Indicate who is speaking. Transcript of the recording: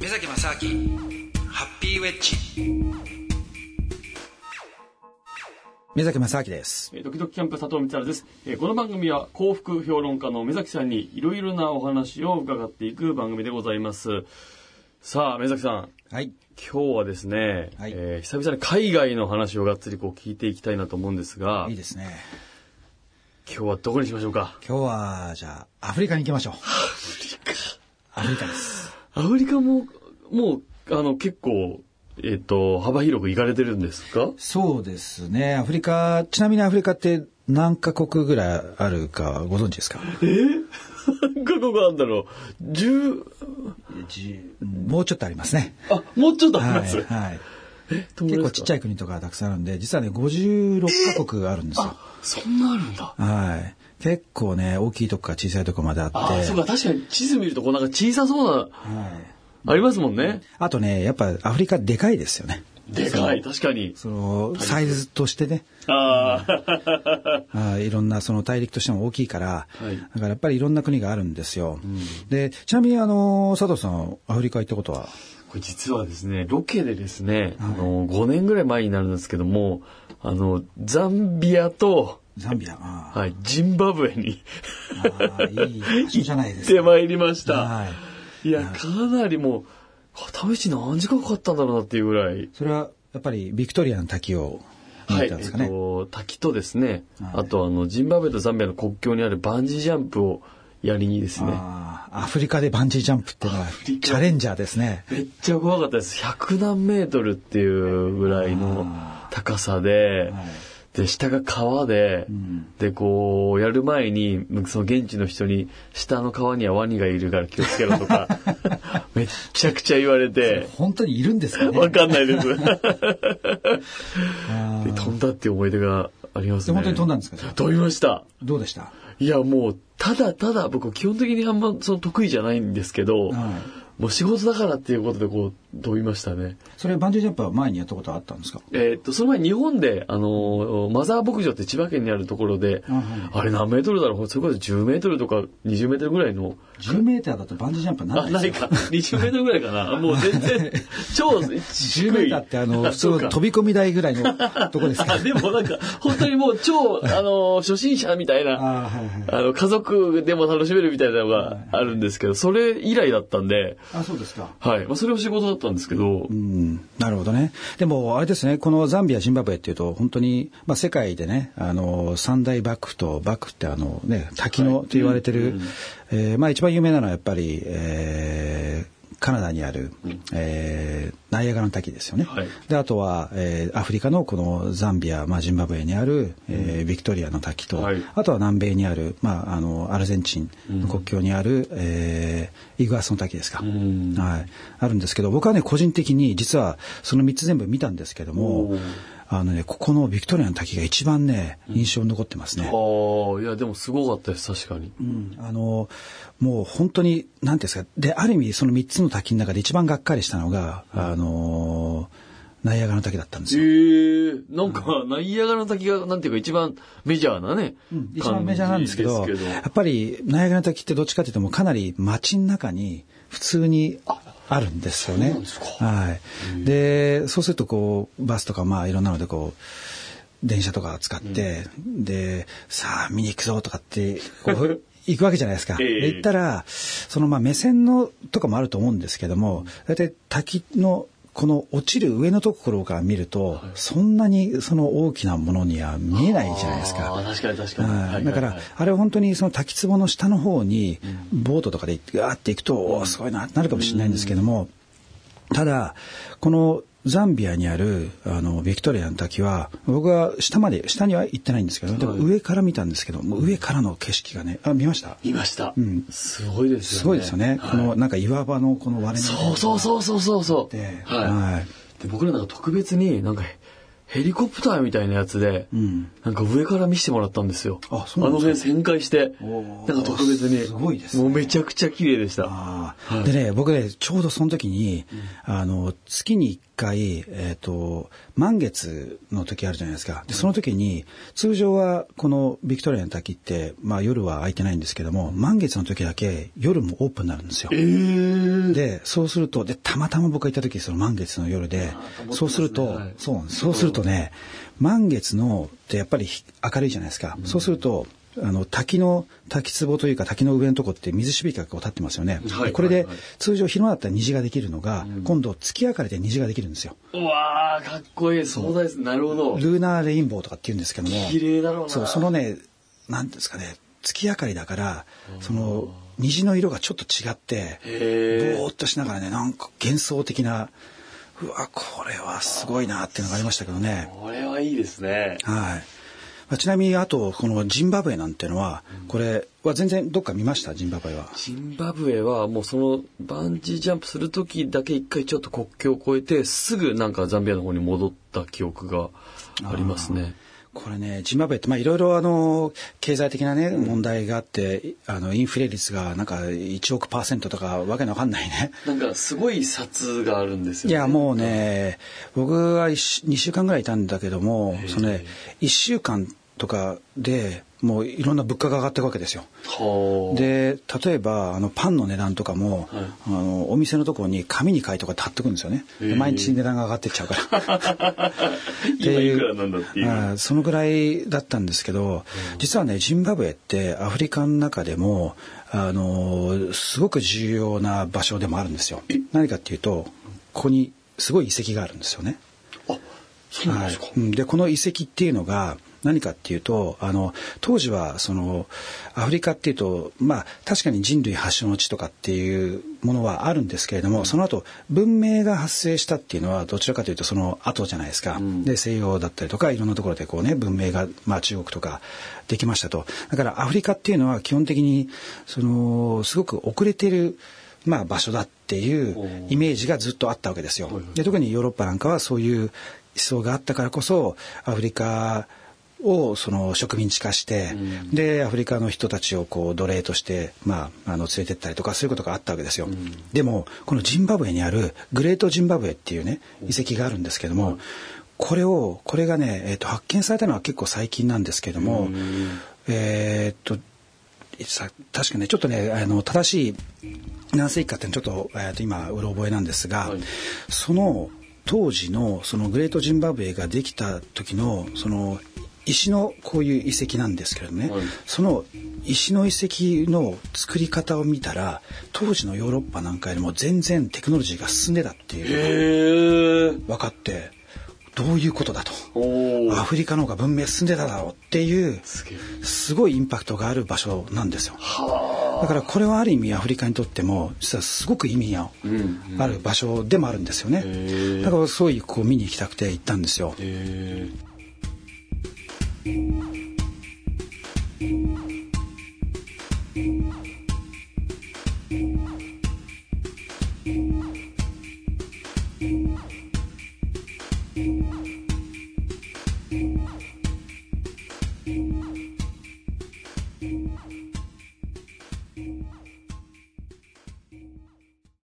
Speaker 1: 目崎正明ハッピーウェッジ目崎正明です
Speaker 2: えードキドキキャンプ佐藤光晴です、えーこの番組は幸福評論家の目崎さんにいろいろなお話を伺っていく番組でございますさあ目崎さん
Speaker 1: はい
Speaker 2: 今日はですね、
Speaker 1: はい
Speaker 2: えー久々に海外の話をがっつりこう聞いていきたいなと思うんですが
Speaker 1: いいですね
Speaker 2: 今日はどこにしましょうか
Speaker 1: 今日はじゃあアフリカに行きましょうアフリカです
Speaker 2: アフリカももうあの結構えっ、と幅広く行かれてるんですか
Speaker 1: そうですねアフリカちなみにアフリカって何カ国ぐらいあるかご存知ですか
Speaker 2: え ー、何カ国あるんだろう10
Speaker 1: もうちょっとありますね
Speaker 2: あもうちょっとあり
Speaker 1: は
Speaker 2: ます、
Speaker 1: い、はい、
Speaker 2: どん
Speaker 1: 結
Speaker 2: ぐら
Speaker 1: 構
Speaker 2: です
Speaker 1: ち
Speaker 2: か
Speaker 1: っちゃい国とかたくさんあるんで実はね56カ国があるんですよ
Speaker 2: あそんなあるんだ
Speaker 1: はい。結構ね、大きいとこから小さいとこまであって。
Speaker 2: ああ、そうか、確かに地図見ると、こうなんか小さそう
Speaker 1: はい。
Speaker 2: な、ありますもんね。
Speaker 1: あとね、やっぱアフリカでかいですよね。
Speaker 2: でかい、確かに。
Speaker 1: その、サイズとしてね、
Speaker 2: ああ、
Speaker 1: あーいろんなその大陸としても大きいから、
Speaker 2: は
Speaker 1: だ
Speaker 2: い
Speaker 1: からやっぱりいろんな国があるんですよ。で、ちなみにあの、佐藤さん、アフリカ行ったことは
Speaker 2: これ実はですね、ロケでですね、あの、5年ぐらい前になるんですけども、あの、ザンビアと、
Speaker 1: ザンビア。あー
Speaker 2: はい、ジンバブエに
Speaker 1: あー、いい場所じゃないです
Speaker 2: 出
Speaker 1: か。
Speaker 2: まいりました。
Speaker 1: はい。
Speaker 2: いや、かなりもう、片道何時間かかったんだろうなっていうぐらい、
Speaker 1: それは、やっぱりビクトリアの滝を見
Speaker 2: は
Speaker 1: に行
Speaker 2: い、
Speaker 1: ったん
Speaker 2: え
Speaker 1: です
Speaker 2: っ
Speaker 1: かね。
Speaker 2: と、滝とですね、
Speaker 1: はい
Speaker 2: あとあの、ジンバブエとザンビアの国境にあるバンジージャンプをやりにですね、
Speaker 1: あーアフリカでバンジージャンプっていうのはチ
Speaker 2: リカ
Speaker 1: ャレンジャーですね。
Speaker 2: めっちゃ怖かったです。100何メートルっていうぐらいの高さで、
Speaker 1: はい
Speaker 2: で、下が川で、
Speaker 1: ん
Speaker 2: で、こう、やる前に、その現地の人に、下の川にはワニがいるから気をつけろとか、 めっちゃくちゃ言われて、
Speaker 1: 本当にいるんですかね。
Speaker 2: わかんないです。
Speaker 1: あ
Speaker 2: で
Speaker 1: ー
Speaker 2: 飛んだっていう思い出がありますね。
Speaker 1: で本当に飛んだんですかじゃあ
Speaker 2: 飛びました。
Speaker 1: どうでした
Speaker 2: いや、もう、ただただ、僕、基本的にあんま、その得意じゃないんですけど、
Speaker 1: は
Speaker 2: もう仕事だからっていうことで、こう、飛びましたね。
Speaker 1: それバンジージャンプは前にやったことあったんですか
Speaker 2: えーっと、その前日本で、あのーマザー牧場って千葉県にあるところで、
Speaker 1: あは
Speaker 2: あれ何メートルだろうそれこそ10メートルとか20メートルぐらいの、
Speaker 1: 10メーターだとバンジージャンプはな
Speaker 2: あ、
Speaker 1: らない
Speaker 2: な
Speaker 1: で
Speaker 2: い
Speaker 1: すよ。
Speaker 2: か、20メートルぐらいかな。もう 全然、超低い。
Speaker 1: 10
Speaker 2: 10
Speaker 1: メーターって あの、普通の飛び込み台ぐらいのとこですから。
Speaker 2: あでもなんか、本当にもう超、あのー初心者みたいな、
Speaker 1: あーはいはい。
Speaker 2: あの、家族でも楽しめるみたいなのがあるんですけど、それ以来だったんで、
Speaker 1: あ、そうですか。
Speaker 2: はい。まあ、それは仕事だったんですけど、
Speaker 1: うん、なるほどね。でも、あれですね、このザンビア、ジンバブエっていうと、本当に、まあ、世界でね、あの、三大バクと、バクってあの、ね、滝のと言われてる、えーまあ、一番有名なのはやっぱり、えーカナダにある、えーナイアガラの滝ですよね。
Speaker 2: はい
Speaker 1: で、あとは、えーアフリカのこのザンビア、まあ、ジンバブエにある、えービクトリアの滝と、
Speaker 2: はい
Speaker 1: あとは南米にある、まあ、あの、アルゼンチンの国境にある、えーイグアスの滝ですか。
Speaker 2: ん
Speaker 1: はい、あるんですけど僕はね個人的に実はその3つ全部見たんですけども
Speaker 2: おー
Speaker 1: あのねここのビクトリアの滝が一番ね印象に残ってますね。
Speaker 2: ああ、いや、でもすごかったです、確かに。
Speaker 1: うんあのもう本当に何ていうんですかである意味その3つの滝の中で一番がっかりしたのが、あのナイアガラの滝だったんですよ。
Speaker 2: ええなんか、ナイアガラの滝が、なんていうか一番メジャーなね。
Speaker 1: 一番メジャーなんですけど
Speaker 2: 感じ
Speaker 1: やっぱりナイアガラの滝ってどっちかというともうかなり街の中に普通にあるんですよね。
Speaker 2: そうなんですか
Speaker 1: はい。で、そうするとこう、バスとかまあいろんなのでこう、電車とか使って、で、さあ見に行くぞとかって、こう、 行くわけじゃないですか。
Speaker 2: ええ
Speaker 1: で行ったら、そのまあ目線のとかもあると思うんですけども、大体滝のこの落ちる上のところから見ると、そんなにその大きなものには見えないじゃないですか。
Speaker 2: あー確かに確かに。はいはい
Speaker 1: は
Speaker 2: はいい
Speaker 1: だから、あれは本当にその滝壺の下の方に、ボートとかで行って、ガーって行くと、おーすごいなってなるかもしれないんですけども、ただ、このザンビアにある、あの、ビクトリアの滝は、僕は下まで、下には行ってないんですけど、でも上から見たんですけど、もう上からの景色がね、あ、見ました
Speaker 2: 見ました。
Speaker 1: ん
Speaker 2: すごいですよね。
Speaker 1: すごいですよね。
Speaker 2: はい
Speaker 1: この、なんか岩場のこの割れ目みたいな
Speaker 2: そうそうそうそうそうそう。
Speaker 1: では
Speaker 2: はいい。で僕らなんか特別になんかヘリコプターみたいなやつで、
Speaker 1: ん
Speaker 2: なんか上から見せてもらったんですよ。
Speaker 1: あそうなん
Speaker 2: の
Speaker 1: ですか
Speaker 2: 辺旋回して、
Speaker 1: おー
Speaker 2: なんか特別に。
Speaker 1: すごいですね
Speaker 2: もうめちゃくちゃ綺麗でした。
Speaker 1: ああ
Speaker 2: はい
Speaker 1: でね、僕ね、ちょうどその時に、あの、月に1回、えっ、と、満月の時あるじゃないですか。で、その時に、通常はこのビクトリアの滝って、まあ夜は開いてないんですけども、満月の時だけ夜もオープンになるんですよ。で、そうすると、で、たまたま僕が行った時、その満月の夜で、
Speaker 2: ー
Speaker 1: そうすると、
Speaker 2: はい
Speaker 1: そうなんですそうするとね、満月のってやっぱりひ明るいじゃないですか。そうすると、あの滝の滝壺というか滝の上のとこって水しぶきがこう立ってますよね、
Speaker 2: はい
Speaker 1: でこれで
Speaker 2: はいはい
Speaker 1: 通常昼間だったら虹ができるのが、今度月明かりで虹ができるんですよ
Speaker 2: うわー、かっこいい。壮大です。なるほど。
Speaker 1: ルーナーレインボーとかって言うんですけども
Speaker 2: 綺麗だろうな。
Speaker 1: そうそのね何ですかね月明かりだからその虹の色がちょっと違って
Speaker 2: へー
Speaker 1: ぼーっとしながらねなんか幻想的なうわこれはすごいなっていうのがありましたけどね
Speaker 2: これはいいですね。
Speaker 1: はいまあちなみにあとこのジンバブエなんてのはこれは全然どっか見ましたジンバブエは
Speaker 2: ジンバブエはもうそのバンジージャンプする時だけ一回ちょっと国境を越えてすぐなんかザンビアの方に戻った記憶がありますね。
Speaker 1: これねジンバブエってまあいろいろあの経済的なね問題があってあのインフレ率がなんか1億パーセントとかわけのわかんないね
Speaker 2: なんかすごい札があるんですよ
Speaker 1: い
Speaker 2: ね。
Speaker 1: やもうね、僕は2週間ぐらいいたんだけども、そのね、1週間とかでもういろんな物価が上がっていくわけですよ。
Speaker 2: はあ。
Speaker 1: で例えばあのパンの値段とかも、
Speaker 2: はい
Speaker 1: あのお店のところに紙に書いてとかって貼ってくるんですよね、
Speaker 2: へえ
Speaker 1: 毎日値段が上がってっちゃう から
Speaker 2: 今いくらなんだっていう。
Speaker 1: あーそのぐらいだったんですけど、実はねジンバブエってアフリカの中でもあのーすごく重要な場所でもあるんですよ何かっていうとここにすごい遺跡があるんですよね
Speaker 2: あ、そうなんですか。
Speaker 1: はいうんでこの遺跡っていうのが何かっていうとあの当時はそのアフリカっていうとまあ確かに人類発祥の地とかっていうものはあるんですけれども、その後文明が発生したっていうのはどちらかというとその後じゃないですか、
Speaker 2: ん
Speaker 1: で西洋だったりとかいろんなところでこうね文明が、まあ、中国とかできましたとだからアフリカっていうのは基本的にそのすごく遅れてる、まあ、場所だっていうイメージがずっとあったわけですよ
Speaker 2: はいはい。
Speaker 1: で特にヨーロッパなんかはそういう思想があったからこそアフリカをその植民地化して、
Speaker 2: うん
Speaker 1: でアフリカの人たちをこう奴隷として、まあ、あの連れてったりとかそういうことがあったわけですよ、でもこのジンバブエにあるグレートジンバブエっていうね遺跡があるんですけども、これをこれがね、えーと発見されたのは結構最近なんですけども、
Speaker 2: うん
Speaker 1: えーっとさ確かねちょっとねあの正しい何世紀かっていうのちょっと,、えーっと今うろ覚えなんですが、
Speaker 2: はい
Speaker 1: その当時のそのグレートジンバブエができた時のその石のこういう遺跡なんですけれどね、
Speaker 2: はい
Speaker 1: その石の遺跡の作り方を見たら当時のヨーロッパなんかよりも全然テクノロジーが進んでたっていう
Speaker 2: へえ。
Speaker 1: 分かってどういうことだと
Speaker 2: おお。
Speaker 1: アフリカの方が文明進んでただろうっていう
Speaker 2: すげえ。
Speaker 1: すごいインパクトがある場所なんですよ
Speaker 2: は
Speaker 1: だからこれはある意味アフリカにとっても実はすごく意味が
Speaker 2: あ。うん。
Speaker 1: ある場所でもあるんですよね、
Speaker 2: へえ
Speaker 1: だからそういうこう見に行きたくて行ったんですよ
Speaker 2: へえ。